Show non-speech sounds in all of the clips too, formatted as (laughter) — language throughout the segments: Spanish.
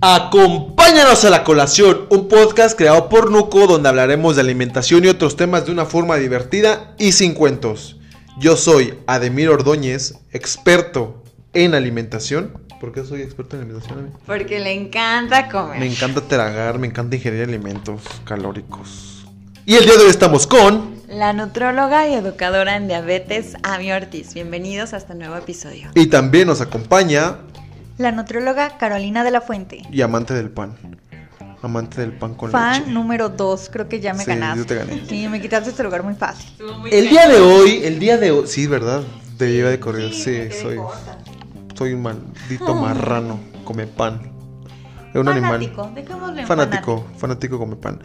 Acompáñanos a la colación, un podcast creado por Nuco donde hablaremos de alimentación y otros temas de una forma divertida y sin cuentos. Yo soy Ademir Ordóñez, experto en alimentación. ¿Por qué soy experto en alimentación? Ademir? Porque le encanta comer. Me encanta tragar, me encanta ingerir alimentos calóricos. Y el día de hoy estamos con... La nutróloga y educadora en diabetes, Ami Ortiz. Bienvenidos a este nuevo episodio. Y también nos acompaña La nutrióloga Carolina de la Fuente. y amante del pan. Amante del pan con Fan leche. número 2, creo que ya me Sí, ganaste. yo te gané. Sí, me quitaste este lugar muy fácil. Estuvo muy El bien. día de hoy, el día de hoy, sí, ¿verdad? Te lleva de correr, sí, soy, soy un maldito marrano, come pan. Es un fanático, animal. dejémoslo en Fanático, fanático come pan.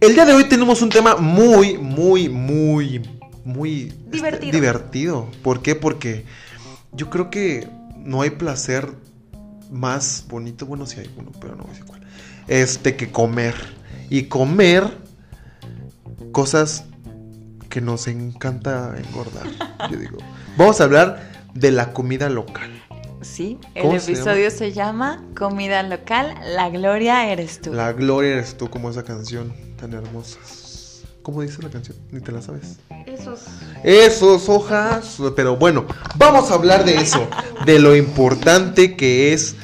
El día de hoy tenemos un tema muy, muy, muy, muy este, Divertido. divertido. ¿Por qué? Porque yo creo que no hay placer más bonito, bueno, sí hay uno, pero no voy a decir cuál. Este que comer. Y comer cosas que nos encanta engordar. yo digo, vamos a hablar de la comida local. Sí, el ¿Cómo se episodio se llama? Comida Local, La Gloria Eres Tú. La gloria eres tú, como esa canción tan hermosa. ¿Cómo dice la canción? Ni te la sabes. Esos. Esos hojas. Pero bueno, vamos a hablar de eso. De lo importante que es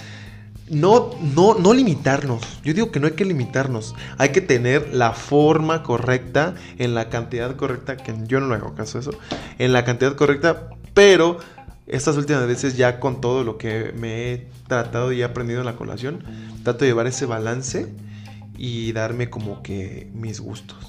no, no, no limitarnos. Yo digo que no hay que limitarnos. Hay que tener la forma correcta, en la cantidad correcta, que yo no le hago caso a eso, en la cantidad correcta, pero estas últimas veces ya con todo lo que me he tratado y he aprendido en la colación, trato de llevar ese balance y darme como que mis gustos.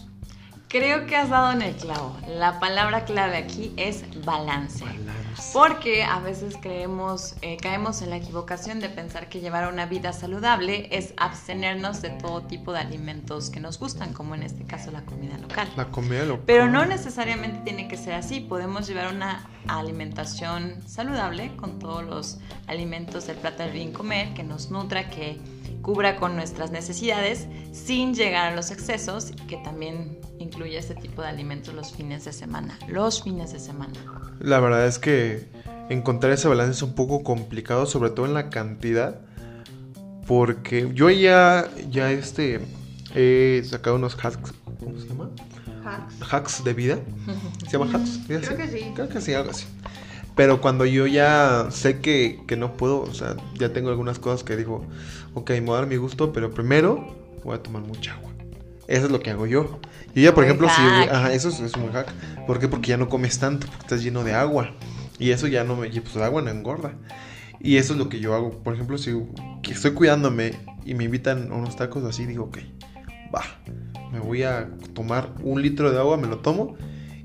Creo que has dado en el clavo. La palabra clave aquí es balance. Balance. Porque a veces creemos, eh, caemos en la equivocación de pensar que llevar una vida saludable es abstenernos de todo tipo de alimentos que nos gustan, como en este caso la comida local. La comida local. Pero no necesariamente tiene que ser así. Podemos llevar una alimentación saludable con todos los alimentos del plato del bien comer, que nos nutra, que cubra con nuestras necesidades, sin llegar a los excesos, que también incluye este tipo de alimentos los fines de semana. Los fines de semana. La verdad es que encontrar ese balance es un poco complicado, sobre todo en la cantidad, porque yo ya, ya este, he sacado unos hacks, ¿cómo se llama? Hacks de (laughs) vida. ¿Se llama hacks? Creo que sí. Creo que sí, algo así. Pero cuando yo ya sé que, que no puedo, o sea, ya tengo algunas cosas que digo, ok, me voy a dar mi gusto, pero primero voy a tomar mucha agua. Eso es lo que hago yo. Yo ya, por Muy ejemplo, si... hack. Ajá, eso es, es un hack. ¿Por qué? Porque ya no comes tanto, porque estás lleno de agua. Y eso ya no me... y Pues el agua no engorda. Y eso es lo que yo hago. Por ejemplo, si que estoy cuidándome y me invitan a unos tacos así, digo, ok, va, me voy a tomar un litro de agua, me lo tomo.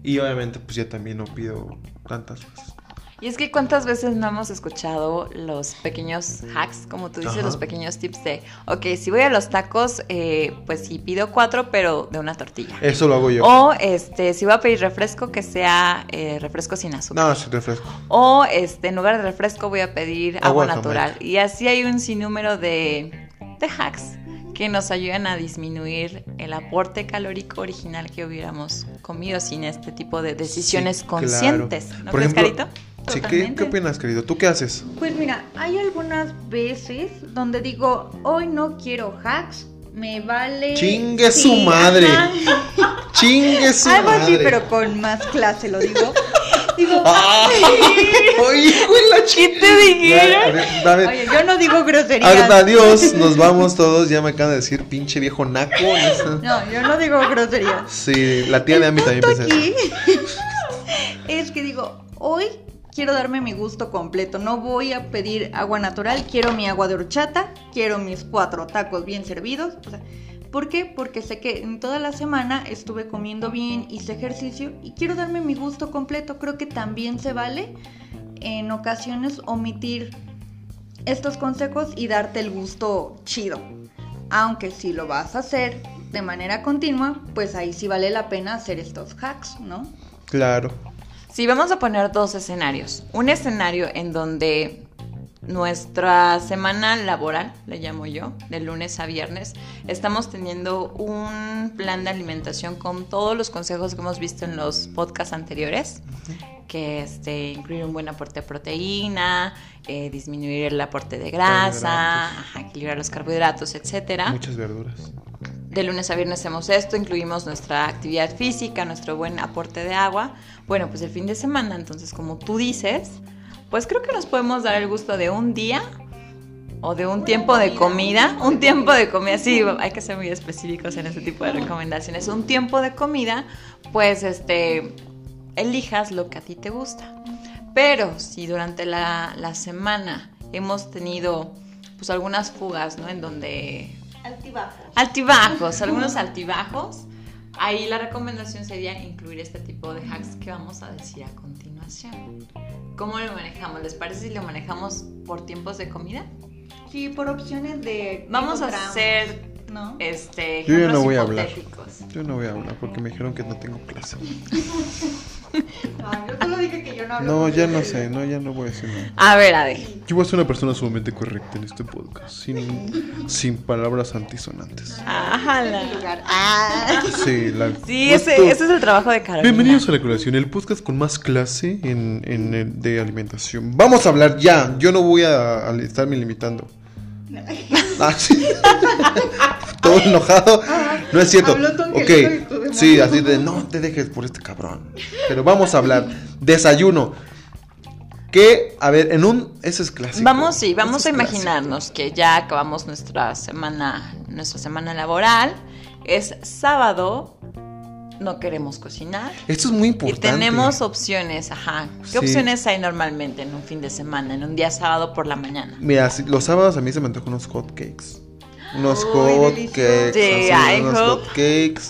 Y obviamente, pues ya también no pido tantas cosas. Y es que cuántas veces no hemos escuchado los pequeños hacks, como tú dices, Ajá. los pequeños tips de, ok, si voy a los tacos, eh, pues sí pido cuatro, pero de una tortilla. Eso lo hago Eh, yo. O este, si voy a pedir refresco, que sea eh, refresco sin azúcar. No, es refresco. O este, en lugar de refresco voy a pedir agua, Agua de natural. Y así hay un sinnúmero de, de hacks que nos ayudan a disminuir el aporte calórico original que hubiéramos comido sin este tipo de decisiones Sí, claro. conscientes. ¿No Por crees, ejemplo, Carito? sí, ¿qué, Totalmente. ¿Qué opinas, querido? ¿Tú qué haces? Pues mira, hay algunas veces donde digo, hoy no quiero hacks, me vale. Chingue su madre. ajá. ¡Chingue su Algo pues así, madre! pero con más clase, lo digo. digo, (laughs) (laughs) ¡Ah! ¡Oye, hijo de la ¿Qué te chingada! A dijeron? ver, dame- oye, yo no digo groserías. Ad- Adiós, nos vamos todos. Ya me acaban de decir pinche viejo naco. ¿no? No, yo no digo groserías. Sí, la tía de Ami también punto piensa eso. aquí (laughs) es que digo, hoy quiero darme mi gusto completo. No voy a pedir agua natural, quiero mi agua de horchata, quiero mis cuatro tacos bien servidos. O sea, ¿Por qué? Porque sé que en toda la semana estuve comiendo bien, hice ejercicio y quiero darme mi gusto completo. Creo que también se vale en ocasiones omitir estos consejos y darte el gusto chido. Aunque si lo vas a hacer de manera continua, pues ahí sí vale la pena hacer estos hacks, ¿no? Claro. Si vamos a poner dos escenarios. Un escenario en donde Nuestra semana laboral, le llamo yo, de lunes a viernes, estamos teniendo un plan de alimentación con todos los consejos que hemos visto en los podcasts anteriores, que este, incluir un buen aporte de proteína, eh, disminuir el aporte de grasa, Carbohidratos. ajá, equilibrar los carbohidratos, etcétera. Muchas verduras. De lunes a viernes hacemos esto, incluimos nuestra actividad física, nuestro buen aporte de agua. Bueno, pues el fin de semana, entonces como tú dices, pues creo que nos podemos dar el gusto de un día o de un tiempo de comida, un tiempo de comida, sí, hay que ser muy específicos en este tipo de recomendaciones, un tiempo de comida, pues este, elijas lo que a ti te gusta. Pero si durante la, la semana hemos tenido pues algunas fugas, ¿no? En donde Altibajo. Altibajos, algunos altibajos. Ahí la recomendación sería incluir este tipo de hacks que vamos a decir a continuación. ¿Cómo lo manejamos? ¿Les parece si lo manejamos por tiempos de comida? Sí, por opciones de. Vamos a gramos, hacer ¿No? este Yo ya ejemplos no voy a hablar. hipotéticos. Yo no voy a hablar porque me dijeron que no tengo clase. No, Ah, yo solo dije que yo no hablo No, con ya no ustedes. sé, no, ya no voy a decir nada. A ver, Ade. Yo voy a ser una persona sumamente correcta en este podcast, sin, sin palabras antisonantes. En mi Ajala. lugar. Ah. Sí, la- (laughs) Sí, ese, Esto- ese es el trabajo de Carolina. Pues Bienvenidos a La Curación, el podcast con más clase en, en el de alimentación. Vamos a hablar ya, yo no voy a, a estarme limitando. Ah, sí. Todo enojado. No es cierto. Habló tu Ok, angelito y tu demonio. sí, así de no te dejes por este cabrón. Pero vamos a hablar. Desayuno. Que, a ver, en un. Ese es clásico. Vamos, sí, Ese vamos es a clásico. imaginarnos que ya acabamos nuestra semana, nuestra semana laboral. Es sábado, no queremos cocinar. Esto es muy Y importante. tenemos opciones, ajá. ¿Qué Sí. opciones hay normalmente en un fin de semana, en un día sábado por la mañana? Mira, si- los sábados a mí se me antojan unos hot cakes. Unos Uy, hot delicioso. cakes. De así, unos IHOP. hot cakes.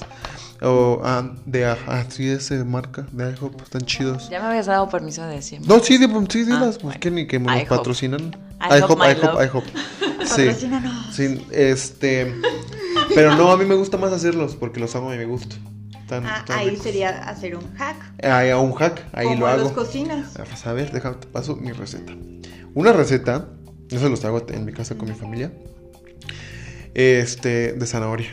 O ah, de ah, así de esa marca, de IHOP, están chidos. Ya me habías dado permiso de decir. No, sí, de, sí, de Ah, las, pues, bueno. que ni que me los IHOP. patrocinan. IHOP, IHOP, my IHOP, love. IHOP. (laughs) Sí. Patrocínanos. Sí, este. Pero no, a mí me gusta más hacerlos porque los hago a mi gusto. Tan, Ah, tan ahí ricos. sería hacer un hack. Ahí a un hack, ahí como lo los hago. cocinas. Vas a ver, déjame, te paso mi receta. Una receta, yo se los hago en mi casa con mi familia. Este, de zanahoria.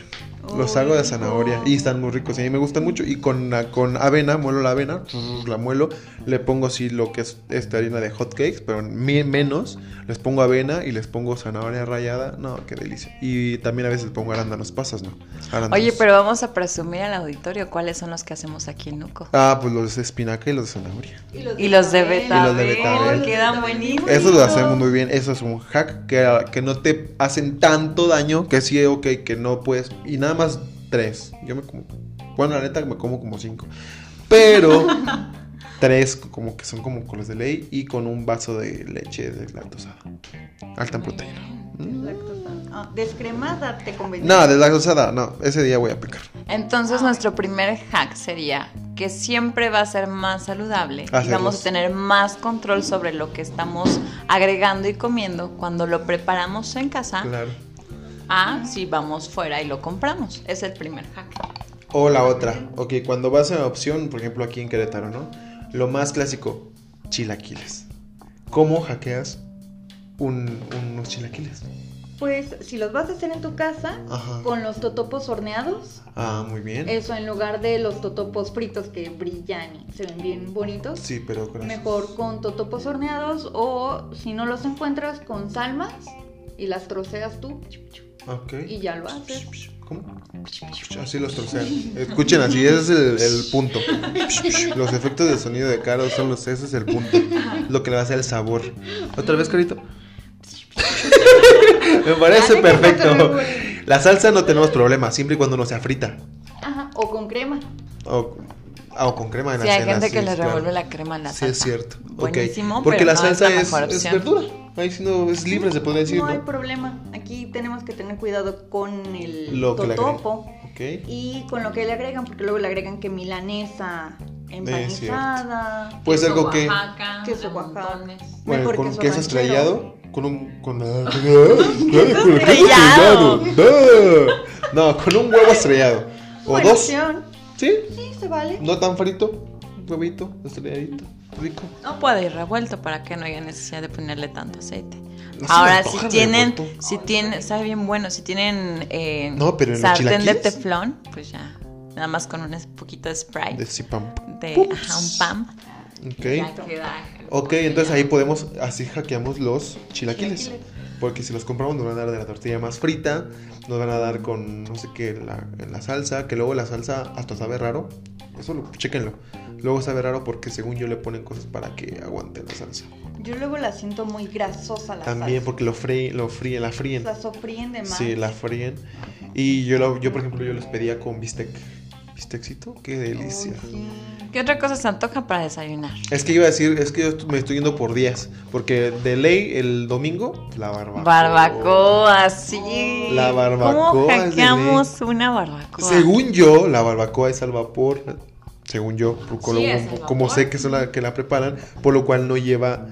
Los Uy, hago de rico. zanahoria y están muy ricos y a mí me gustan mucho. Y con, la- con avena, muelo la avena, la muelo, le pongo así lo que es esta harina de hot cakes, pero mi- menos. Les pongo avena y les pongo zanahoria rallada. No, qué delicia. Y también a veces pongo arándanos pasas, ¿no? Arándanos. Oye, pero vamos a presumir al auditorio cuáles son los que hacemos aquí en Nuco. Ah, pues los de espinaca y los de zanahoria. Y los de Y los de betabel, Oh, betabel. quedan buenísimos. Eso lo hacemos muy bien, eso es un hack que, que no te hacen tanto daño, que sí, ok, que no puedes, y nada más tres, yo me como, bueno, la neta me como como cinco, pero tres como que son como con los de ley y con un vaso de leche deslactosada, alta en proteína. Mm. Lactosa. Ah, descremada te convendría. No, deslactosada, no, ese día voy a picar. Entonces nuestro primer hack sería que siempre va a ser más saludable y Hacerlos. vamos a tener más control sobre lo que estamos agregando y comiendo cuando lo preparamos en casa Claro. a si vamos fuera y lo compramos. Es el primer hack. O la otra, ok, cuando vas a la opción, por ejemplo aquí en Querétaro, ¿no? Lo más clásico, chilaquiles. ¿Cómo hackeas un- unos chilaquiles? Pues si los vas a hacer en tu casa, Ajá. con los totopos horneados, Ah, muy bien. eso en lugar de los totopos fritos que brillan y se ven bien bonitos, Sí, pero con mejor con totopos horneados o si no los encuentras con salmas y las troceas tú Ok. y ya lo haces. ¿Cómo? Así los trocean. Escuchen, así ese es el, el punto. Los efectos de sonido de Caro son los. Ese es el punto. Lo que le va a hacer el sabor. Otra vez, Carito. (laughs) Me parece Ya, déjame perfecto. que me vuelva. La salsa no tenemos problema, siempre y cuando no sea frita. Ajá, o con crema. O, ah, o con crema de Si la hay cena, gente sí, que le claro. revuelve la crema a la Sí, es salsa. cierto. Ok. Buenísimo, Porque pero la no es salsa la es, mejor es opción. verdura. Ahí sí no es libre, se podría decir. No ¿no? hay problema. Aquí tenemos que tener cuidado con el Lo que le agregan. totopo Ok. y con lo que le agregan, porque luego le agregan que milanesa, empanizada. Pues algo que. Oaxaca, Queso a Oaxaca. montones. Bueno, Mejor con queso queso ranchero. estrellado, con un (laughs) con ah, con queso estrellado. estrellado, ah. No, con un huevo estrellado o Buena dos. opción. Sí, Sí, se vale. no tan frito, huevito estrelladito. rico. No puede ir revuelto para que no haya necesidad de ponerle tanto aceite. No se me Ahora, antoja si de tienen, revuelto. si tienen, sabe bien bueno, si tienen eh, No, pero en los sartén de chilaquiles. teflón, pues ya, nada más con un es- poquito de Sprite, De Zipam. de Pups. ajá, un pam, ya Ok. queda. Ok, entonces ahí podemos, así hackeamos los chilaquiles. Porque si los compramos nos van a dar de la tortilla más frita, nos van a dar con no sé qué, la, en la salsa, que luego la salsa hasta sabe raro. Eso lo, chequenlo. Luego sabe raro porque según yo le ponen cosas para que aguante la salsa. Yo luego la siento muy grasosa la También salsa. porque lo, fríe, lo fríen, la fríen. La sofríen de más. Sí, la fríen. Y yo, lo- yo, por ejemplo, yo los pedía con bistec. ¿Bistecito? ¡Qué Ay, delicia! sí. ¿Qué otra cosa se antoja para desayunar? Es que iba a decir, es que yo est- me estoy yendo por días. Porque de ley el domingo, la barbacoa. Barbacoa, sí. La barbacoa ¿Cómo es de hackeamos una barbacoa? Según yo, la barbacoa es al vapor. Según yo, por- con lo- Sí, es al como, vapor. sé que, son la, que la preparan, por lo cual no lleva,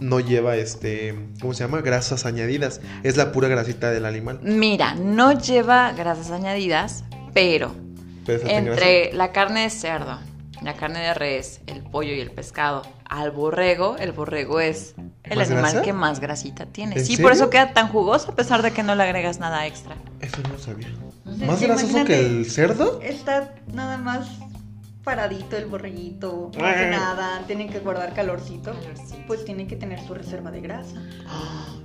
no lleva este, ¿cómo se llama? Grasas añadidas. Es la pura grasita del animal. Mira, no lleva grasas añadidas, pero Pero esa tiene grasa. entre la carne de cerdo, la carne de res, el pollo y el pescado, al borrego, el borrego es el ¿Más animal grasa? que más grasita tiene. ¿En Sí, serio? por eso queda tan jugoso a pesar de que no le agregas nada extra. Eso no lo sabía. Sí, ¿Más sí, grasoso que imagínate. el cerdo? (gasps) Está nada más paradito el borreguito, no Eh. hace nada, tiene que guardar calorcito, pues tiene que tener su reserva de grasa.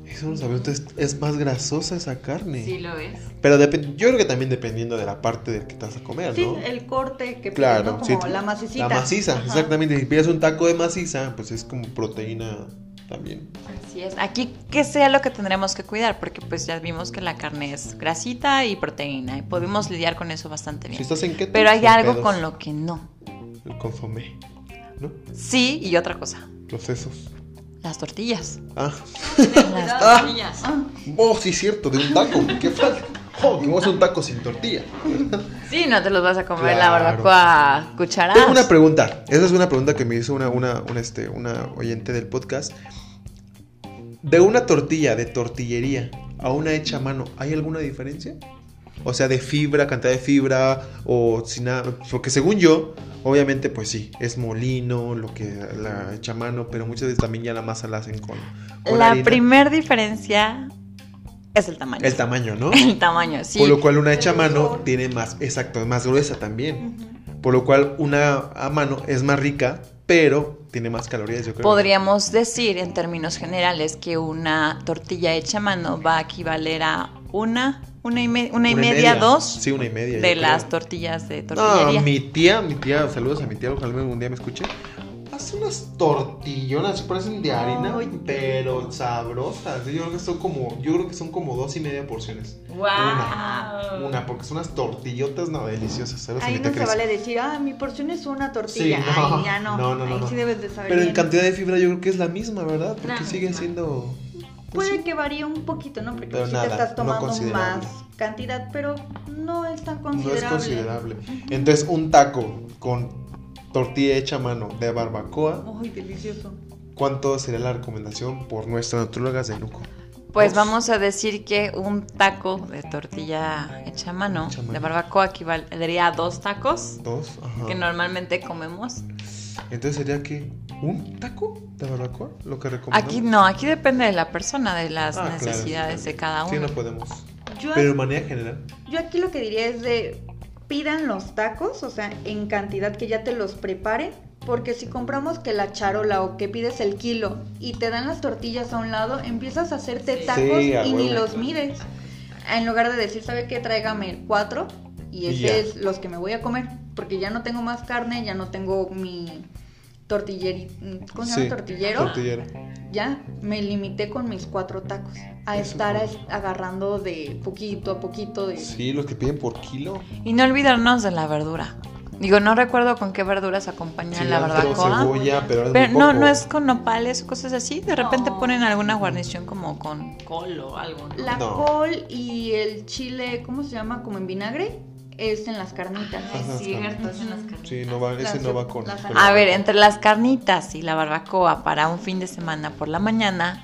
Eso no lo sabía. Entonces es más grasosa esa carne. lo es. Pero depen- yo creo que también dependiendo de la parte del que te vas a comer, Sí, ¿no? el corte que Claro, pide, ¿no? sí. como la macicita. La maciza, Ajá. exactamente. Si pides un taco de maciza, pues es como proteína también. Así es. Aquí que sea lo que tendremos que cuidar, porque pues ya vimos que la carne es grasita y proteína y podemos lidiar con eso bastante Si bien. estás en keto, Pero hay sin algo pedos. con lo que no. El consomé, ¿no? Sí, y otra cosa, Los sesos. las tortillas. Ah, Las tortillas. Ah, oh, sí, cierto, de un taco. ¿Qué falta? Oh, que vamos a un taco sin tortilla. Sí, no te los vas a comer en la Claro. barbacoa a cucharadas. Tengo una pregunta. Esa es una pregunta que me hizo una, una, una, este, una oyente del podcast. De una tortilla de tortillería a una hecha a mano, ¿hay alguna diferencia? O sea, de fibra, cantidad de fibra o sin nada. Porque según yo, obviamente, pues sí, es molino, lo que la hecha a mano, pero muchas veces también ya la masa la hacen con. con La harina. primer diferencia es el tamaño. El tamaño, ¿no? (laughs) El tamaño, sí. Por lo cual una hecha a mano Grosor. tiene más, exacto, es más gruesa también. ujú. Por lo cual una a mano es más rica, pero tiene más calorías, yo creo. Podríamos decir en términos generales que una tortilla hecha a mano va a equivaler a una, una y, me- una y media, dos Sí, una y media. de yo las creo. tortillas de No, tortillería. mi tía, mi tía, saludos a mi tía, ojalá algún día me escuche. Hace unas tortillonas, parecen de harina, Ay. pero sabrosas. Yo creo que son como, yo creo que son como dos y media porciones. Una, una, porque son unas tortillotas, no, deliciosas. Saludos a Ahí mi no tía se Cris. vale decir, ah, mi porción es una tortilla. Sí, no. Ay, ya no. No, no, no, Ahí no. sí debes de saber. Pero en bien. cantidad de fibra yo creo que es la misma, ¿verdad? La Porque sigue misma. siendo... pues sí. Puede que varíe un poquito, ¿no? Porque Pero si nada, te estás no tomando considerable. más cantidad, pero no es tan No considerable. es considerable. Entonces, un taco con tortilla hecha a mano de barbacoa, Ay, delicioso. ¿cuánto sería la recomendación por nuestras nutrólogas de Nuco? Pues Dos. vamos a decir que un taco de tortilla hecha a mano, Hecha a mano. Ah. de barbacoa equivaldría a dos tacos Dos, ajá. que normalmente comemos. Entonces sería que un taco de barbacoa, lo que recomendamos. Aquí no, aquí depende de la persona, de las Ah, claro, necesidades claro. de cada Sí, uno. no podemos. Yo Pero de manera general, Yo aquí lo que diría es de pidan los tacos, o sea, en cantidad que ya te los preparen, porque si compramos que la charola o que pides el kilo y te dan las tortillas a un lado, empiezas a hacerte Sí, tacos a y ni huevo. los mides. En lugar de decir, ¿sabe qué? Tráigame cuatro y Y ese ya. es los que me voy a comer, porque ya no tengo más carne, ya no tengo mi tortilleri, ¿cómo se Sí, llama? Tortillero. tortillero. Ya me limité con mis cuatro tacos a Eso estar fue. es- agarrando de poquito a poquito de Sí, los que piden por kilo. Y no olvidarnos de la verdura. Digo, no recuerdo con qué verduras acompañan la Cilantro, barbacoa. cebolla, pero, es Pero muy no, poco. no es con nopales o cosas así. De repente No. ponen alguna guarnición como con col o algo. ¿no? La No. col y el chile, ¿cómo se llama? Como en vinagre, es en las carnitas. Ajá. es cierto, es en las Sí, no va, ese Las- no va con. las- con la A ver, barbacoa. entre las carnitas y la barbacoa para un fin de semana por la mañana,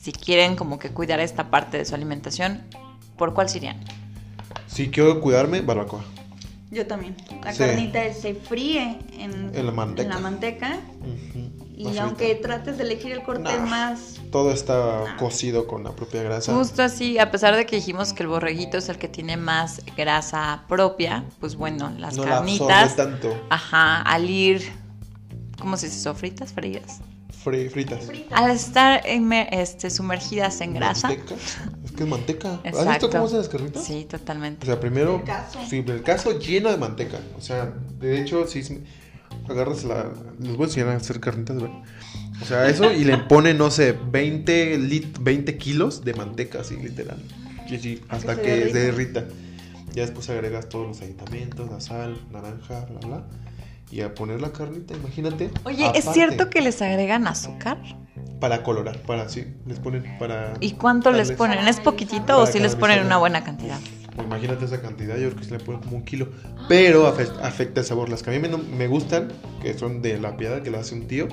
si quieren como que cuidar esta parte de su alimentación, ¿por cuál serían? Si quiero cuidarme, barbacoa. Yo también. La Sí. carnita se fríe en, En la manteca. en la manteca Ujú. Y Más frita. aunque trates de elegir el corte Nah. más... Todo está cocido con la propia grasa. Justo así, a pesar de que dijimos que el borreguito es el que tiene más grasa propia, pues bueno, las no la absorbe carnitas, tanto. ajá, al ir, ¿cómo se dice? eso? ¿Fritas? ¿Frías? Fri- fritas. Al estar inme- este, sumergidas en grasa. Manteca. Es que es manteca. ¿Has visto Exacto. cómo hacen las carnitas? Sí, O totalmente. sea, primero, Delgazo. sí, el caso lleno de manteca. O sea, de hecho, si es- agarras la. Les voy a enseñar a hacer carnitas, ¿verdad? O sea, eso y le (laughs) pone, no sé, 20, lit- 20 kilos de manteca, así literal. Sí, sí, hasta se que se derrita. derrita. Ya después agregas todos los aditamentos, la sal, naranja, bla, bla. Y a poner la carnita, imagínate. Oye, ¿es aparte, cierto que les agregan azúcar? Para colorar, para sí, les ponen para. ¿Y cuánto les darles- ponen? ¿Es poquitito o Para si les ponen caramelizarlo. una buena cantidad? Pues imagínate esa cantidad, yo creo que se le pone como un kilo. Pero afe- afecta el sabor. Las que a mí me, no- me gustan, que son de la piedad que lo hace un tío,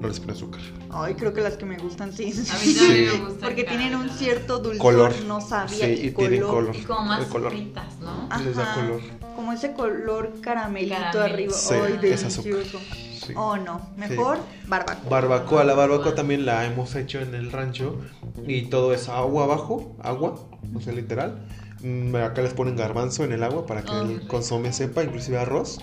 no les pone azúcar. Ay, creo que las que me gustan, sí. A mí también me Sí. gustan Porque tienen un cierto dulzor, Color. Pues no sabía Sí, qué y tienen color. Y como más El color. fritas, ¿no? Les da color. Como ese color caramelito Caramel. arriba. Sí, Ay, es azúcar. delicioso. Sí. Oh, no. Mejor barbacoa. Barbacoa, la barbacoa también la hemos hecho en el rancho y todo es agua abajo, agua, o sea, literal. Mm, Acá les ponen garbanzo en el agua para que el consome sepa, inclusive arroz.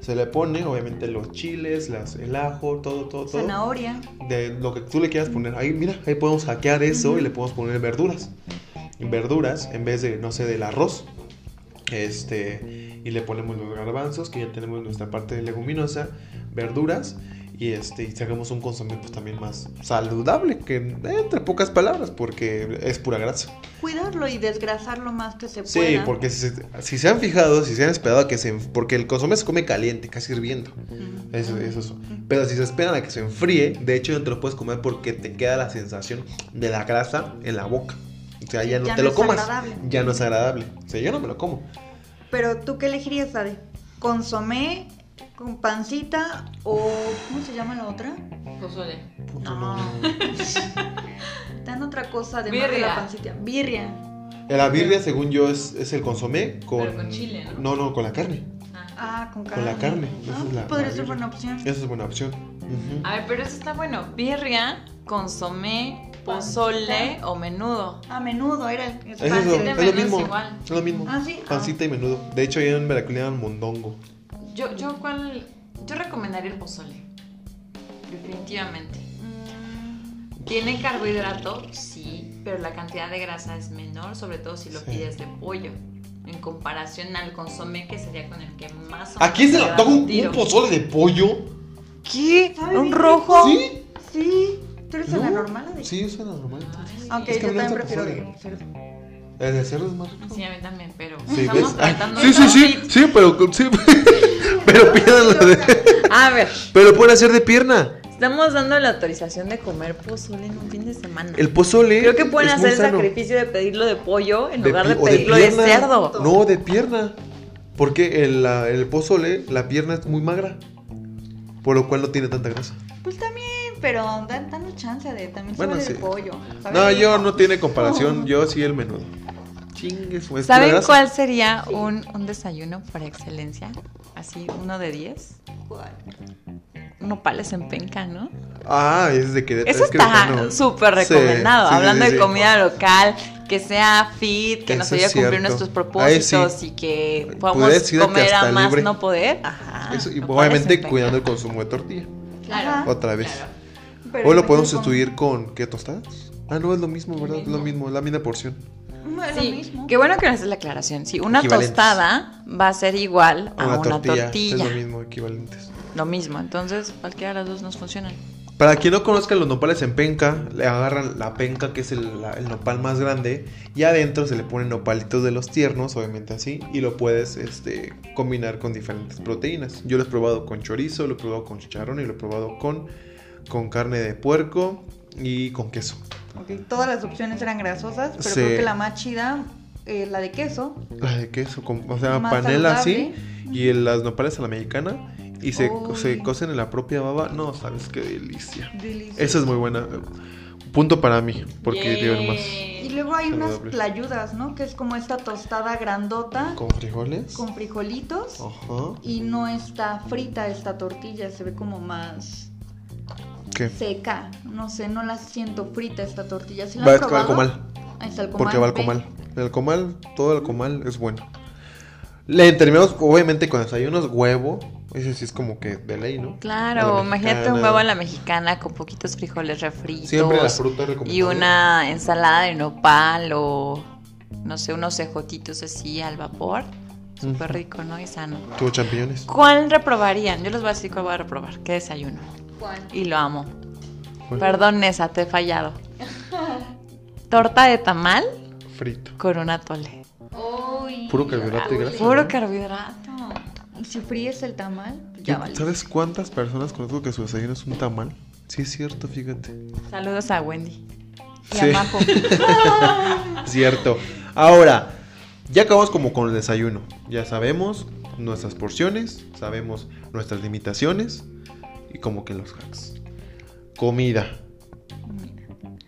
Se le pone, obviamente, los chiles, las, el ajo, todo, todo, todo. Zanahoria. de lo que tú le quieras poner. Ahí, mira, ahí podemos hackear eso y le podemos poner verduras. Verduras en vez de, no sé, del arroz. Este, y le ponemos los garbanzos, que ya tenemos nuestra parte leguminosa, verduras, y este, y sacamos un consomé pues también más saludable, que eh, entre pocas palabras, porque es pura grasa. Cuidarlo y desgrasarlo más que se pueda. Sí, porque si, se- si se han fijado, si se han esperado a que se, enf- porque el consomé se come caliente, casi hirviendo. Ujú. Eso, eso, eso. Pero si se esperan a que se enfríe, de hecho no te lo puedes comer porque te queda la sensación de la grasa en la boca. O sea, ya no Ya te no lo es comas. agradable. Ya no es agradable. O sea, yo no me lo como. Pero tú qué elegirías, Ade? ¿Consomé con pancita o cómo se llama la otra? Pozole. Puta, No. Dan otra cosa además de Birria. la pancita. Birria. La (laughs) birria, según yo, es, es el consomé con. Pero con chile, ¿no? No, con la carne. Ah, con carne. Con la carne. Esa Ah, es la- podría la ser birria. buena opción. Esa es buena opción. Ujú. Ah, A ver, pero eso está bueno. Birria, consomé, pozole o menudo. A menudo era el Es, es eso, fácil. es lo menudo es mismo. igual. Es lo mismo. Ah, sí. Ah. Pancita y menudo. De hecho, ya en Veracruz le llaman mondongo. Yo, yo, ¿cuál? Yo recomendaría el pozole. Definitivamente. Mm, Tiene carbohidrato, sí, pero la cantidad de grasa es menor, sobre todo si lo Sí. pides de pollo. En comparación al consomé, que sería con el que más. o ¿A menos quién se te le dan antoja un, tiro. un pozole de pollo? ¿Qué? ¿Sabe ¿Un bien? rojo? ¿Sí? Sí. ¿Tú eres de la No. normal? Ade? Sí, eso era normal. Aunque Es que yo me también gusta prefiero pozole. de cerdo. El de cerdo es más rico. Sí, a mí también, pero Sí, estamos ¿ves? Ah, tratando sí, sí, sí, sí, pero sí, (laughs) pero pídanlo de, A ver, pero pueden hacer de pierna. estamos dando la autorización de comer pozole en un fin de semana. El pozole Creo que pueden es muy hacer el sano. sacrificio de pedirlo de pollo en De lugar pi- de o pedirlo de, pierna. cerdo. No, de pierna. Porque el, la- el pozole, la pierna es muy magra. Por lo cual no tiene tanta grasa. Pues también, pero dan, danos chance de también Bueno, se vale sí. el pollo. ¿sabe? No, yo no tiene comparación. Yo sí el menudo. Chingues, pues. pura ¿Saben grasa. cuál sería un, un desayuno por excelencia? Así, uno de diez. Nopales en penca, ¿no? Ah, es de Querétaro. Eso es querétano. está súper Sí, recomendado. sí, sí, Hablando sí, de sí. comida local, que sea fit, que nos Eso ayude a es cumplir cierto. nuestros Ahí sí. propósitos y que podamos Pudiera decir que comer a hasta más libre. no poder. Ajá, Eso, y nopales en obviamente penca. cuidando el consumo de tortilla. Claro. Otra vez. claro. Pero Hoy lo me podemos quedo con- sustituir con qué tostadas. Ah, no, es lo mismo, ¿verdad? Es lo mismo, es la misma porción. No, es Sí, lo mismo. qué bueno que nos haces la aclaración. Sí, una Equivalentes. tostada va a ser igual a Ah, una, tortilla. Es lo mismo, equivalentes. Lo mismo, entonces cualquiera de las dos nos funcionan. Para quien no conozca los nopales en penca, le agarran la penca, que es el, la- el nopal más grande, y adentro se le ponen nopalitos de los tiernos, obviamente así, y lo puedes este, combinar con diferentes proteínas. Yo lo he probado con chorizo, lo he probado con chicharrón y lo he probado con, con carne de puerco y con queso. Ok, Todas las opciones eran grasosas, pero Sí. creo que la más chida, eh, la de queso. La de queso, con, o sea, Más panela así saludable. y el- las nopales a la mexicana y se, Uy. se cocen en la propia baba. No, sabes qué delicia. Delicioso. Esa es muy buena. Punto para mí, porque digo más. Y luego hay unas Saludable. playudas, ¿no? Que es como esta tostada grandota ¿Con frijoles? con frijolitos. Ajá. Y no está frita esta tortilla, se ve como más. ¿Qué? seca. No sé, no la siento frita esta tortilla. ¿Sí la Va han al probado? comal. Ahí está el comal. Porque va al ve. comal. El comal, todo el comal es bueno. Le terminamos, obviamente, con desayunos, huevo. Ese sí es como que de ley, ¿no? A Claro, la imagínate un mexicana. huevo a la mexicana con poquitos frijoles refritos. Siempre la fruta recomendada. Y una ensalada de nopal o, no sé, unos cejotitos así al vapor. Súper Ujú. rico, ¿no? Y sano. Tuvo champiñones. ¿Cuál reprobarían? Yo les voy a decir cuál voy a reprobar. ¿Qué desayuno? ¿Cuál? Y lo amo. Bueno, Perdón, Nessa, te he (laughs) fallado. Torta de tamal Frito. con un atole. Uy, Puro carbohidrato y atole. grasa. Puro carbohidrato. Y si fríes el tamal, pues ya Yo- vale. ¿Sabes cuántas personas conozco que su desayuno es un tamal? Sí, es cierto, fíjate. Saludos a Wendy. Y Sí. a Majo. (laughs) Cierto. Ahora, ya acabamos como con el desayuno. Ya sabemos nuestras porciones, sabemos nuestras limitaciones y como que los hacks. Comida.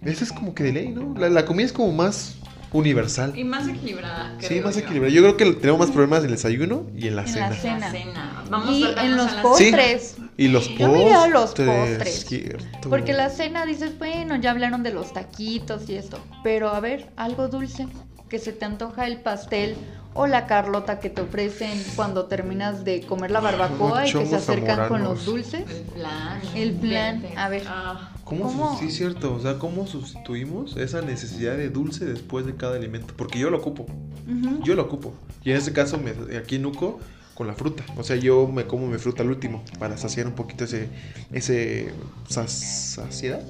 Esa es como que de ley, ¿no? La, la comida es como más universal. (laughs) Y más equilibrada. Sí, más equilibrada. Yo creo que tenemos más problemas en el desayuno y en la En cena. la cena. Vamos y a en los Sí. postres. Y los Yo me iría a los postres. postres. cierto. Porque la cena dices, bueno, ya hablaron de los taquitos y esto. Pero a ver, algo dulce. Que se te antoja el pastel o la carlota que te ofrecen cuando terminas de comer la barbacoa y que se chongos acercan con los zamoranos. dulces. El plan. El plan, a ver. Ah, ¿Cómo? ¿Cómo? sus- Sí, cierto. O sea, ¿cómo sustituimos esa necesidad de dulce después de cada alimento? Porque yo lo ocupo. Ujú. Yo lo ocupo. Y en este caso, me- aquí en Nuco, con la fruta. O sea, yo me como mi fruta al último para saciar un poquito ese. ese sa- ¿Saciedad?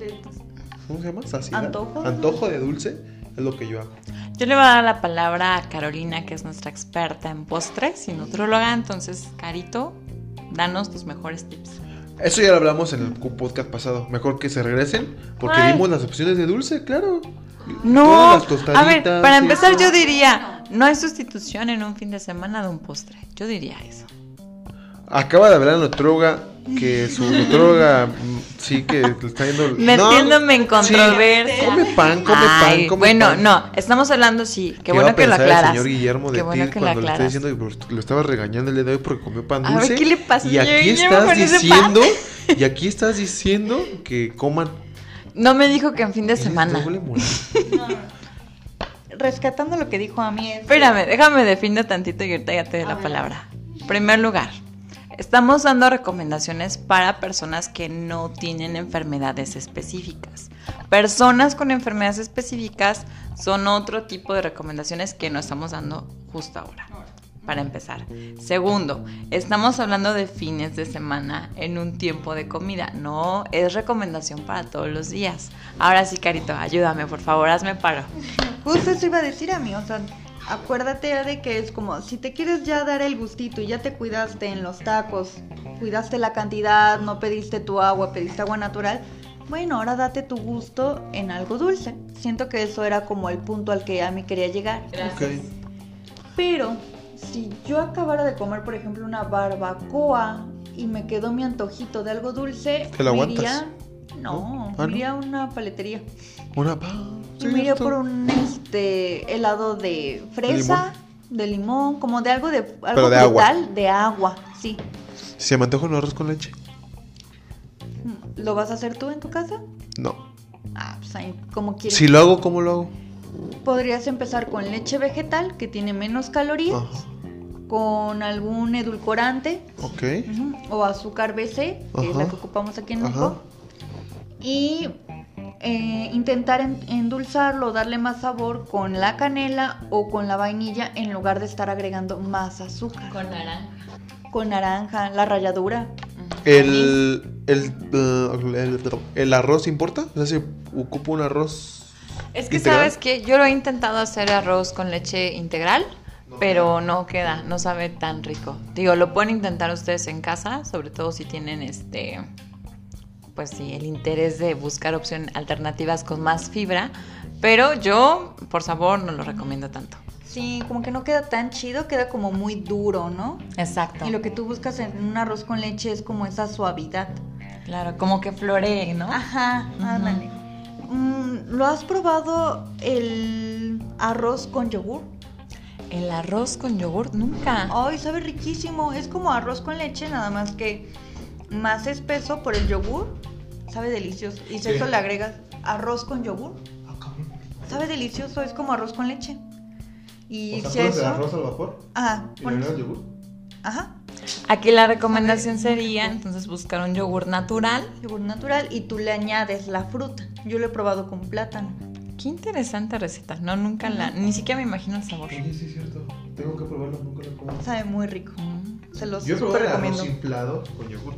¿Cómo se llama? ¿Saciedad? Antojo. Antojo de dulce es lo que yo hago. Yo le voy a dar la palabra a Carolina, que es nuestra experta en postres y nutróloga. Entonces, Carito, danos tus mejores tips. Eso ya lo hablamos en el podcast pasado. Mejor que se regresen porque Ay. vimos las opciones de dulce, claro. No, Todas las a ver, tostaditas, para sí. empezar yo diría, no hay sustitución en un fin de semana de un postre. Yo diría eso. Acaba de hablar la nutróloga que su nutróloga mm, sí que le está yendo. No, (laughs) Metiéndome en sí, controversia. come pan, come Ay, pan, come bueno, pan. no, estamos hablando, sí, qué, ¿Qué va bueno a que lo pensar el aclaras. señor Guillermo de qué bueno ti que lo cuando le aclaras. estoy diciendo lo estaba regañando el día de hoy porque comió pan A ver, dulce. ¿qué le pasa, y señor aquí Guillermo, estás con ese diciendo, y aquí estás diciendo que (laughs) coman No me dijo que en fin de semana. Eres doble moral. Rescatando lo que dijo a mí es. Espérame, déjame defino tantito y ahorita ya te doy A la ver. palabra. Primer lugar, estamos dando recomendaciones para personas que no tienen enfermedades específicas. Personas con enfermedades específicas son otro tipo de recomendaciones que no estamos dando justo ahora. Para empezar. Segundo, estamos hablando de fines de semana en un tiempo de comida. No es recomendación para todos los días. Ahora sí, Carito, ayúdame, por favor, hazme paro. Justo eso iba a decir a mí, o sea, acuérdate de que es como, si te quieres ya dar el gustito y ya te cuidaste en los tacos, cuidaste la cantidad, no pediste tu agua, pediste agua natural, bueno, ahora date tu gusto en algo dulce. Siento que eso era como el punto al que a mí quería llegar. Ok. Pero si yo acabara de comer, por ejemplo, una barbacoa y me quedó mi antojito de algo dulce, ¿Te la me aguantas? iría- No, ¿No? Ah, me ¿no? iría a una paletería. Una pan. Y me iría cierto. por un este helado de fresa, de limón, como de algo de algo Pero de agua. frutal, de agua, sí. Si se me antoja un arroz con leche. ¿Lo vas a hacer tú en tu casa? No. Ah, pues ahí, como quieres. Si lo hago, ¿cómo lo hago? Podrías empezar con leche vegetal, que tiene menos calorías, Ajá. con algún edulcorante Ok. ujú, o azúcar BC, que es la Ajá. que ocupamos aquí en Ajá. México, y eh, intentar en- endulzarlo, darle más sabor con la canela o con la vainilla en lugar de estar agregando más azúcar. Con naranja. Con naranja, la ralladura. El, el, eh, el, el arroz importa? O sea, si ocupo un arroz. Es que integral. sabes que yo lo he intentado hacer arroz con leche integral, pero no queda, no sabe tan rico. Digo, lo pueden intentar ustedes en casa, sobre todo si tienen este pues sí, el interés de buscar opciones alternativas con más fibra, pero yo, por sabor, no lo recomiendo tanto. Sí, como que no queda tan chido, queda como muy duro, ¿no? Exacto. Y lo que tú buscas en un arroz con leche es como esa suavidad. Claro, como que floree, ¿no? Ajá, Ujú. ándale. Mm, ¿Lo has probado el arroz con yogur? El arroz con yogur nunca. Ay, sabe riquísimo. Es como arroz con leche, nada más que más espeso por el yogur. Sabe delicioso. Y si a eso Sí. le agregas arroz con yogur, Ah, cabrón. sabe delicioso. Es como arroz con leche. Y O si sea, a pones el eso. arroz al vapor Ajá, y le pones- agregas yogur. Ajá, Aquí la recomendación sería entonces buscar un yogur natural. yogur natural. Y tú le añades la fruta. Yo lo he probado con plátano. Qué interesante receta. No, nunca la. Ni siquiera me imagino el sabor. Oye, sí es cierto. Tengo que probarlo, nunca lo he probado. Sabe muy rico. Mm. Se los Yo he súper probado el arroz recomiendo. inflado con yogur.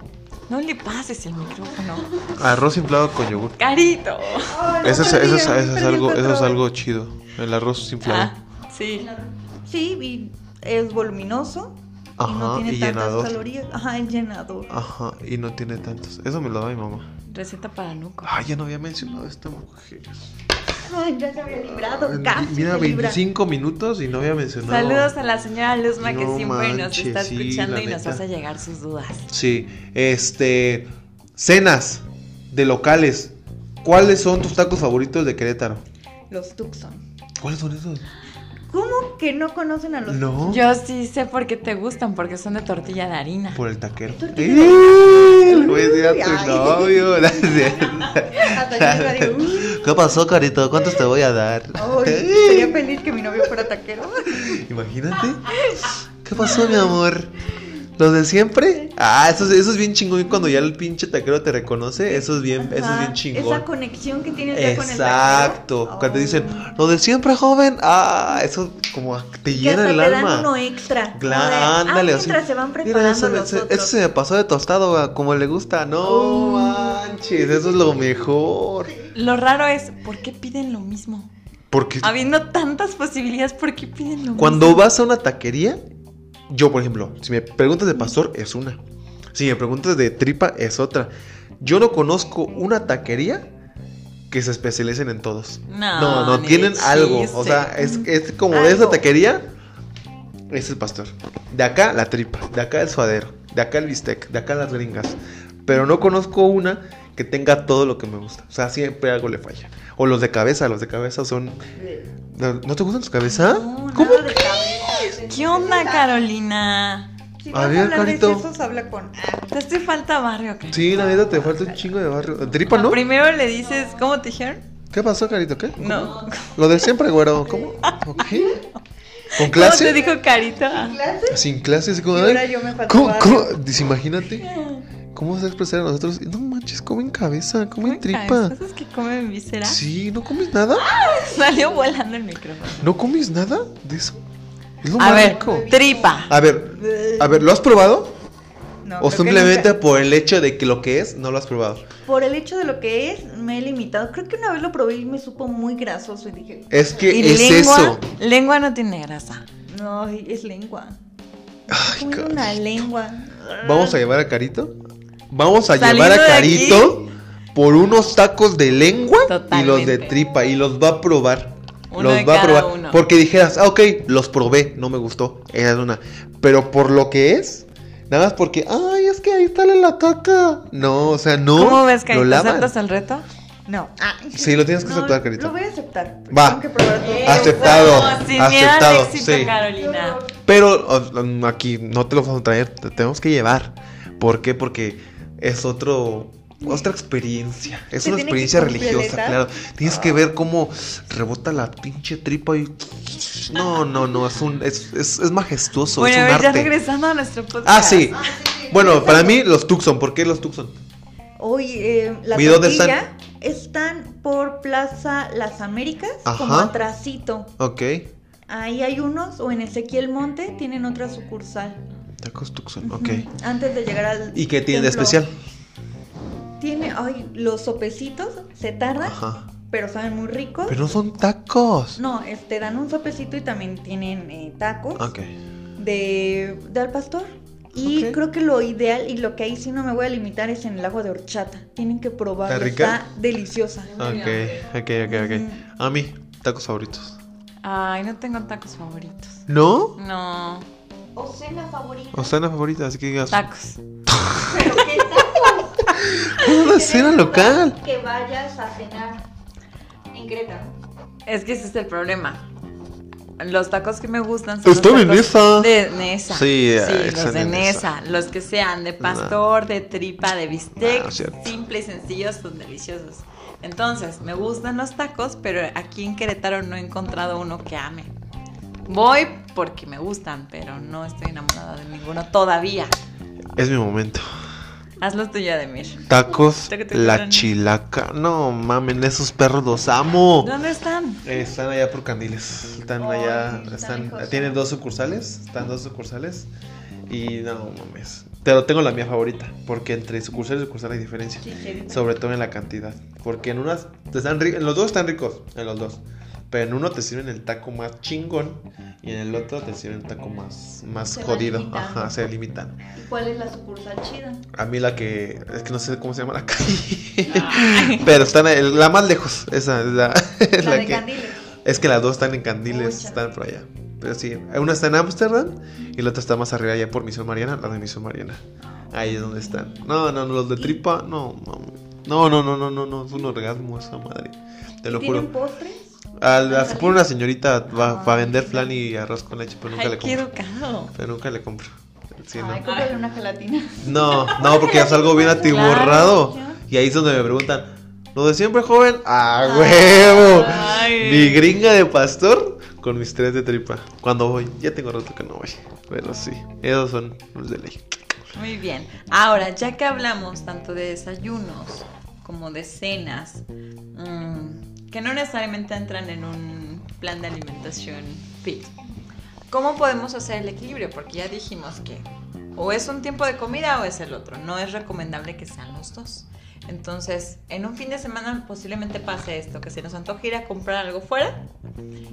No le pases el micrófono. Arroz inflado con yogur. Carito. Ay, Eso es, no eso es- me digas, eso es perdí algo, otra eso es vez. algo chido. El arroz inflado. Ah, sí. Sí, y es voluminoso. y no Ajá, tiene y tantas llenador. calorías. Ajá, es llenador. Ajá, y no tiene tantos. Eso me lo da mi mamá. Receta para Nuco. Ay, ya no había mencionado a esta mujer. Ay, ya se había librado. Ay, casi Mira, se libra. 25 minutos y no había mencionado. Saludos a la señora Luzma que No siempre nos manches, está sí, escuchando la y nos neta. hace llegar sus dudas. Sí, este. Cenas de locales. ¿Cuáles son tus tacos favoritos de Querétaro? Los Tucson. ¿Cuáles son esos? ¿Cómo que no conocen a los No, Yo sí sé por qué te gustan, porque son de tortilla de harina. por el taquero. Tortilla de ¡Eh! Le voy a decir a tu Ay. novio. (laughs) gracias. Hasta yo digo, "Uy, ¿Qué pasó, carito? ¿Cuántos te voy a dar? (laughs) ay, sería feliz que mi novio fuera taquero. Imagínate. ¿Qué pasó, mi amor? ¿Los de siempre? Ah, eso, es- eso es bien chingón. Cuando ya el pinche taquero te reconoce, eso es bien, eso es Ajá, bien Esa chingón. conexión que tienes ya con el Exacto. taquero. Cuando te Ay. dicen, lo de siempre, joven. Ah, eso como te Que llena hasta el te dan alma. uno extra. Gla- Como de, "Ah, ándale, así. mientras se van Mira, preparando eso, me- los se- eso otros. se me pasó de tostado, ah, como le gusta. Uh. No manches, eso es lo mejor. Lo raro es, ¿por qué piden lo mismo? Porque Habiendo tantas posibilidades, ¿por qué piden lo Cuando mismo? vas a una taquería, yo por ejemplo, si me preguntas de pastor es una, si me preguntas de tripa es otra. Yo no conozco una taquería que se especialicen en todos. No, No, no, ni de tienen algo. O chiste. sea, es, es como de esa Algo. taquería, es el pastor. De acá la tripa, de acá el suadero, de acá el bistec, de acá las gringas. Pero no conozco una que tenga todo lo que me gusta. O sea, siempre algo le falla. O los de cabeza, los de cabeza son... ¿No no te gustan los cabeza? No, ¿Cómo nada de cabeza. ¿Qué onda, Carolina? Si A vas a ver, hablar de Carito. sesos, habla con A. Te hace falta barrio, Carolina. Sí, la neta te falta un chingo de barrio. ¿Tripa no? Primero le dices, ¿cómo te dijeron? ¿Qué pasó, carito? ¿Qué? No. Lo de siempre, güero. ¿Cómo? ¿Ok? ¿Con ¿Cómo te clase? dijo Carita? ¿Clase? Sin clases. Y ¿Cómo? ahora yo me faltaba. ¿Cómo? cómo? Dice, Imagínate. ¿Cómo se va a expresar a nosotros? No manches, comen cabeza, comen tripa. ¿Sabes que comen viscera? Sí, ¿no comes nada? (laughs) Salió volando el micrófono. ¿No comes nada de eso? Es lo A más ver, rico. tripa. A ver, a ver, ¿lo has probado? No, creo ¿O que simplemente nunca. por el hecho de que lo que es no lo has probado? Por el hecho de lo que es, me he limitado. Creo que una vez lo probé y me supo muy grasoso y dije, Es Y que es lengua, eso. lengua no tiene grasa. no, es lengua. Ay, Comiendo caray. una lengua. Vamos a llevar a Carito. Vamos a Saliendo llevar a de aquí. Carito por unos tacos de lengua y los de Totalmente. tripa. Y los va a probar. Uno los de va a cada probar. uno. Porque dijeras, ah, ok, los probé, no me gustó. Era una. Pero por lo que es, nada más porque, ay, es que ahí sale la caca. No, o sea, no. ¿Cómo ves, Lo Carita? lavan. ¿Aceptas el reto? No. Ah. Sí, lo tienes que No, aceptar, Carito. Lo voy a aceptar. Va. Tengo que probar todo. Aceptado, Huevo, sin miedo al aceptado, éxito, sí. Carolina. Pero o- mm, aquí no te los vamos a traer, te tenemos que llevar. ¿Por qué? Porque es otro otra experiencia. Es Se una tiene que experiencia religiosa, completar. claro. Tienes que ver cómo rebota la pinche tripa y no, no, no, es un es, es- es majestuoso, Bueno, a es ver, un ya arte. regresando a nuestro podcast. Ah, sí. Bueno, para mí los Tucson, ¿por qué los Tucson? Oye, eh, la ¿Y dónde tortilla están por Plaza Las Américas, como Ajá. atrasito. Ok. Ahí hay unos, o en Ezequiel Monte tienen otra sucursal. Tacos Tucson, ok. Ujú, Antes de llegar al. ¿Y qué tiene de templo. especial? Tiene, ay, los sopecitos se tardan, Ajá. pero saben muy ricos. Pero no son tacos. No, este dan un sopecito y también tienen eh, tacos Ok. de, de al pastor. Y Ah. Ok. creo que lo ideal y lo que ahí sí no me voy a limitar es en el agua de horchata. Tienen que probarla. ¿Está rica? Ah. deliciosa. Ok, ok, ok, ok. A mí, tacos favoritos. Ay, no tengo tacos favoritos. ¿No? No, O cena favorita. O cena favorita, así que digas. tacos. Pero qué "Es "Ah, una cena local. que vayas a cenar en Creta. Es que ese es el problema. los tacos que me gustan son los Estoy en tacos esa. De Nesa. Sí, ah, los están de en Nesa. Nesa. Los que sean de pastor, de tripa, de bistec. No, no es cierto. simple y sencillos, son deliciosos. Entonces, me gustan los tacos, pero aquí en Querétaro no he encontrado uno que ame. Voy porque me gustan, pero no estoy enamorada de ninguno todavía. Es mi momento. Haz los tuyo, Ademir. Tacos, Taca, taca, la taca. chilaca. No mamen, esos perros los amo. ¿Dónde están? Están allá por Candiles. Están Ay, allá. están Están, eh, lejos. tienen dos sucursales. Están dos sucursales. Y no mames. Pero tengo la mía favorita. Porque entre sucursal y sucursal hay diferencia. Sobre todo en la cantidad. Porque en unas. te Están ri- en los dos están ricos. En los dos. Pero en uno te sirven el taco más chingón. Y en el otro te sirven el taco más, más Se van jodido. limitando. Ajá, se limitan. ¿Y cuál es la sucursal chida? A mí la que. Es que no sé cómo se llama la calle. Pero están. el- La más lejos. Esa es la. (laughs) es La, la de que- Candiles. es que las dos están en Candiles, Mucha. están por allá. Pero sí, una está en Ámsterdam y la otra está más arriba, allá por Misión Mariana, la de Misión Mariana. Ahí es donde están. No, no, no, los de tripa, no, no, no, no, no, no, no, es un orgasmo esa madre. Te lo ¿Tienen juro. postres? A la- se pone una señorita va, va a vender flan y arroz con leche, pero nunca Ay, le qué compro. educado. Pero nunca le compro. Sí, no. Ay, cómprale una gelatina. No, no, porque ya salgo bien atiborrado. Claro. Y ahí es donde me preguntan, ¿lo de siempre, joven? ¡Ah, huevo! Ay. Mi gringa de pastor con mis tres de tripa. Cuando voy, ya tengo rato que no voy. Pero sí, esos son los de ley. Muy bien. Ahora, ya que hablamos tanto de desayunos como de cenas, mm, que no necesariamente entran en un plan de alimentación fit, ¿cómo podemos hacer el equilibrio? Porque ya dijimos que o es un tiempo de comida o es el otro. No es recomendable que sean los dos. Entonces, en un fin de semana posiblemente pase esto, que se nos antoje ir a comprar algo fuera,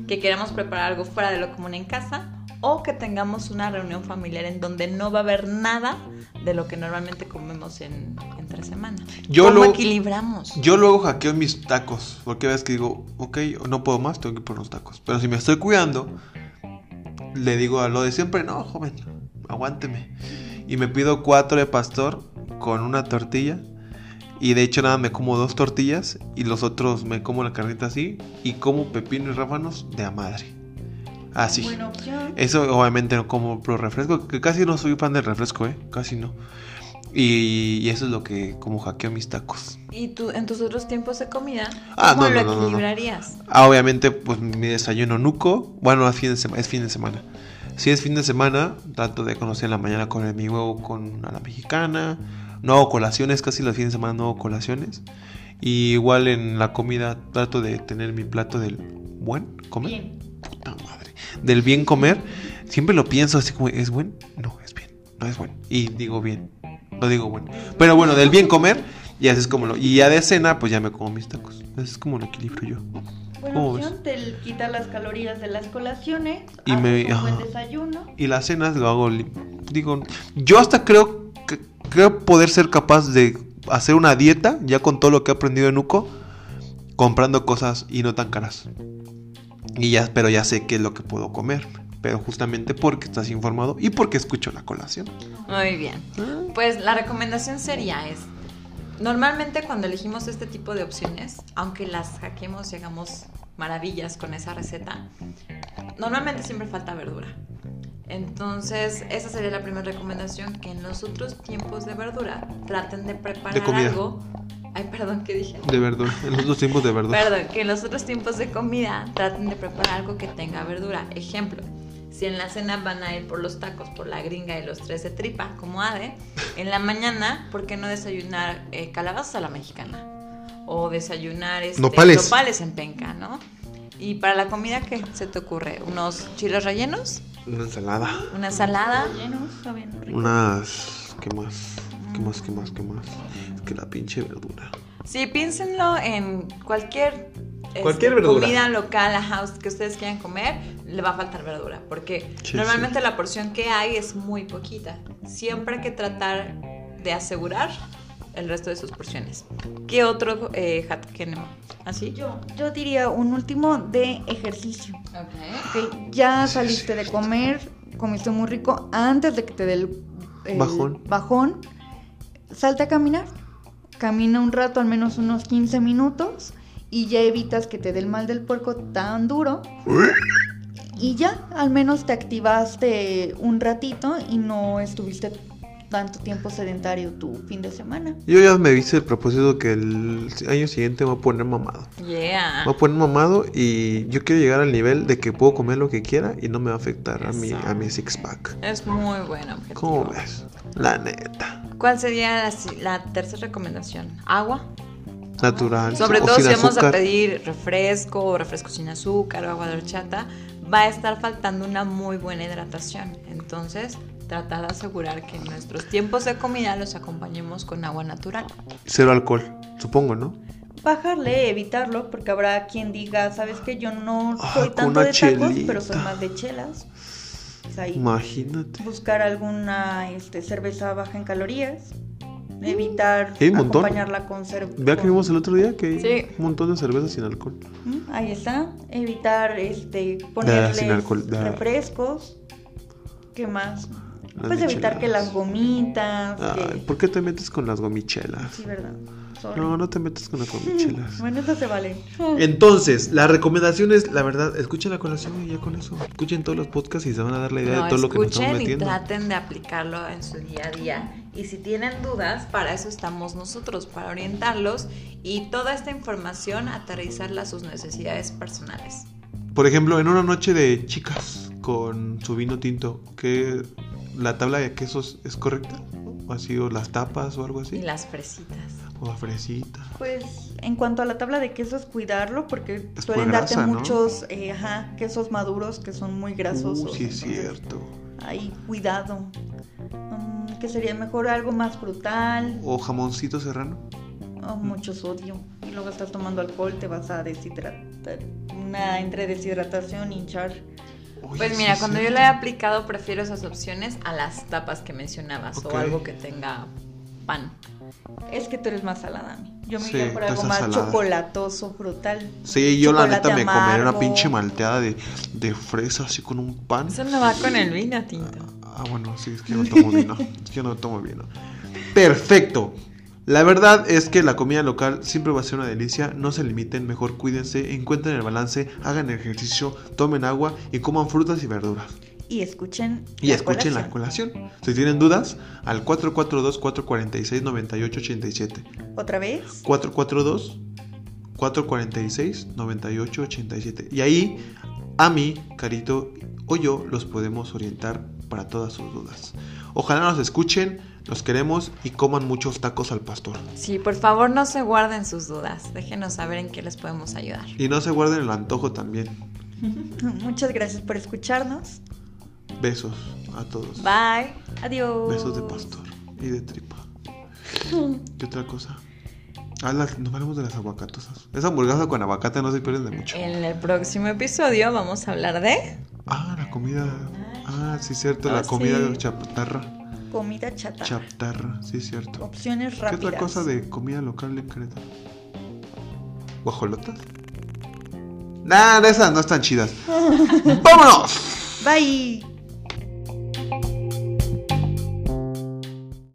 que queramos preparar algo fuera de lo común en casa o que tengamos una reunión familiar en donde no va a haber nada de lo que normalmente comemos en entre semana. Yo lo- ¿Cómo equilibramos? Yo luego hackeo mis tacos, porque ves que digo, ok, no puedo más, tengo que ir por unos tacos. Pero si me estoy cuidando, le digo a lo de siempre, no, joven, aguánteme. Y me pido cuatro de pastor con una tortilla. Y de hecho nada, me como dos tortillas y los otros me como la carnita así y como pepino y ráfanos de a madre. Así. Buena opción. Eso obviamente no como pro refresco, que casi no soy fan del refresco, ¿eh? Casi no. Y, y eso es lo que como hackeo mis tacos. ¿Y tú en tus otros tiempos de comida Ah, cómo no, lo no, no, no, no. equilibrarías? Ah, obviamente, pues mi desayuno nuco. Bueno, es fin de, sema- es fin de semana. Si es fin de semana, trato de conocer en la mañana con el- mi huevo con a la mexicana. No hago colaciones, casi los fines de semana no hago colaciones. Y igual en la comida trato de tener mi plato del buen comer. Bien. Puta madre. Del bien comer. Siempre lo pienso así como, ¿es buen? No, es bien. No es buen. Y digo bien. No digo bueno. Pero bueno, del bien comer. Y así es como lo. Y ya de cena, pues ya me como mis tacos. Ese es como el equilibrio yo. Buena ¿Cómo opción. Te quita las calorías de las colaciones. Y haces me- un buen ajá. desayuno. y las cenas lo hago li- digo yo hasta creo que creo poder ser capaz de hacer una dieta ya con todo lo que he aprendido en UCO comprando cosas y no tan caras y ya pero ya sé qué es lo que puedo comer pero justamente porque estás informado y porque escucho la colación Ah, Muy bien. Pues la recomendación sería es, normalmente cuando elegimos este tipo de opciones, aunque las hackeemos y hagamos maravillas con esa receta, normalmente siempre falta verdura. Entonces, esa sería la primera recomendación, que en los otros tiempos de verdura traten de preparar De comida. algo... Ay, perdón, ¿qué dije? de verdura en los dos tiempos de verdura Perdón, que en los otros tiempos de comida traten de preparar algo que tenga verdura. Ejemplo, si en la cena van a ir por los tacos, por la gringa y los tres de tripa, como Ade, en la mañana, ¿por qué no desayunar eh, calabazas a la mexicana? O desayunar este, Nopales. nopales en penca, ¿no? Y para la comida, ¿qué se te ocurre? ¿Unos chiles rellenos? una ensalada ¿Una salada? Lleno, está bien rico. unas qué más qué más qué más qué más Es que la pinche verdura Sí, piénsenlo en cualquier, este, Cualquier verdura. comida local, a house que ustedes quieran comer, le va a faltar verdura, porque Sí, normalmente la porción que hay es muy poquita. Siempre hay que tratar de asegurar el resto de sus porciones. ¿Qué otro eh, hack tenemos? ¿Así? Yo, yo diría un último de ejercicio. Ok. Ok, ya saliste de comer, comiste muy rico, antes de que te dé el, el Bajón. bajón, salte a caminar. Camina un rato, al menos unos 15 minutos, y ya evitas que te dé el mal del puerco tan duro. Y ya, al menos te activaste un ratito y no estuviste tanto tiempo sedentario tu fin de semana. Yo ya me hice el propósito que el año siguiente me voy a poner mamado. Yeah. Me voy a poner mamado y yo quiero llegar al nivel de que puedo comer lo que quiera y no me va a afectar a mi, a mi six pack. Es muy buen objetivo. ¿Cómo ves? La neta. ¿Cuál sería la, si- la tercera recomendación? Agua. Natural. Sobre o todo sin si vamos a azúcar. pedir refresco, o refresco sin azúcar o agua de horchata, va a estar faltando una muy buena hidratación. Entonces, tratar de asegurar que en nuestros tiempos de comida los acompañemos con agua natural. Cero alcohol, supongo, ¿no? Bajarle, evitarlo, porque habrá quien diga, sabes que yo no Ah, soy con tanto una de tacos, pero soy chelita. más de chelas. Pues ahí Imagínate. buscar alguna este, cerveza baja en calorías, evitar Mm. Sí, hay un montón. acompañarla con cerveza. Vea que vimos el otro día que hay Sí. un montón de cervezas sin alcohol. ¿Mm? Ahí está, evitar este ponerle sin alcohol, da. refrescos. ¿Qué más? Las pues evitar micheladas. que las gomitas, Ay, que- ¿por qué te metes con las gomichelas? Sí, verdad. Sorry. No, no te metes con las (laughs) gomichelas. Bueno, eso se vale. Entonces, la recomendación es, la verdad, escuchen la colación y ya con eso. Escuchen todos los podcasts y se van a dar la idea No, de todo lo que nos estamos escuchen y metiendo. traten de aplicarlo en su día a día. Y si tienen dudas, para eso estamos nosotros, para orientarlos y toda esta información aterrizarla a sus necesidades personales. Por ejemplo, en una noche de chicas con su vino tinto, ¿qué, ¿la tabla de quesos es correcta? ¿O así, o las tapas o algo Y así? las fresitas. O la fresita. Pues en cuanto a la tabla de quesos, cuidarlo porque Es suelen pura darte grasa, ¿no? muchos eh, ajá, quesos maduros que son muy grasosos. Uh, sí, es entonces, cierto. Ahí, cuidado. Mm, que sería mejor algo más frutal O jamoncito serrano. o mucho sodio. Y luego estás tomando alcohol, te vas a deshidratar. Una entre deshidratación, hinchar. Oye, Pues sí mira, es cuando yo cierto. le he aplicado, prefiero esas opciones a las tapas que mencionabas Ok. o algo que tenga pan. Es que tú eres más salada, Ami. Yo me Sí, iría por tú algo estás más salada. chocolatoso, frutal. Sí, yo la neta chocolate me comería una amargo. pinche malteada de, de fresa así con un pan. Eso no va con el vino tinto. Ah, bueno, sí, es que no tomo vino. Es que no tomo vino. Perfecto. La verdad es que la comida local siempre va a ser una delicia. No se limiten, mejor cuídense, encuentren el balance, hagan ejercicio, tomen agua y coman frutas y verduras. Y escuchen. Y escuchen la colación. Si tienen dudas, al 442-446-9887. Otra vez. (laughs) 442-446-9887. Y ahí Ami, Carito o yo los podemos orientar para todas sus dudas. Ojalá nos escuchen, los queremos y coman muchos tacos al pastor. Sí, por favor no se guarden sus dudas. Déjenos saber en qué les podemos ayudar. Y no se guarden el antojo también. Muchas gracias por escucharnos. Besos a todos. Bye. Adiós. Besos de pastor y de tripa. ¿Qué otra cosa? Ah, las- no hablamos de las aguacatosas. Esa hamburguesa con aguacate no se pierden de mucho. En el próximo episodio vamos a hablar de... Ah, la comida. Ah, sí, cierto, Ah, la comida sí. chatarra. Comida chata. Chaptarra, sí es cierto. Opciones ¿Qué rápidas. otra cosa de comida local en Querétaro? ¿Guajolotas? Nah, de esas no están chidas. ¡Vámonos! Bye.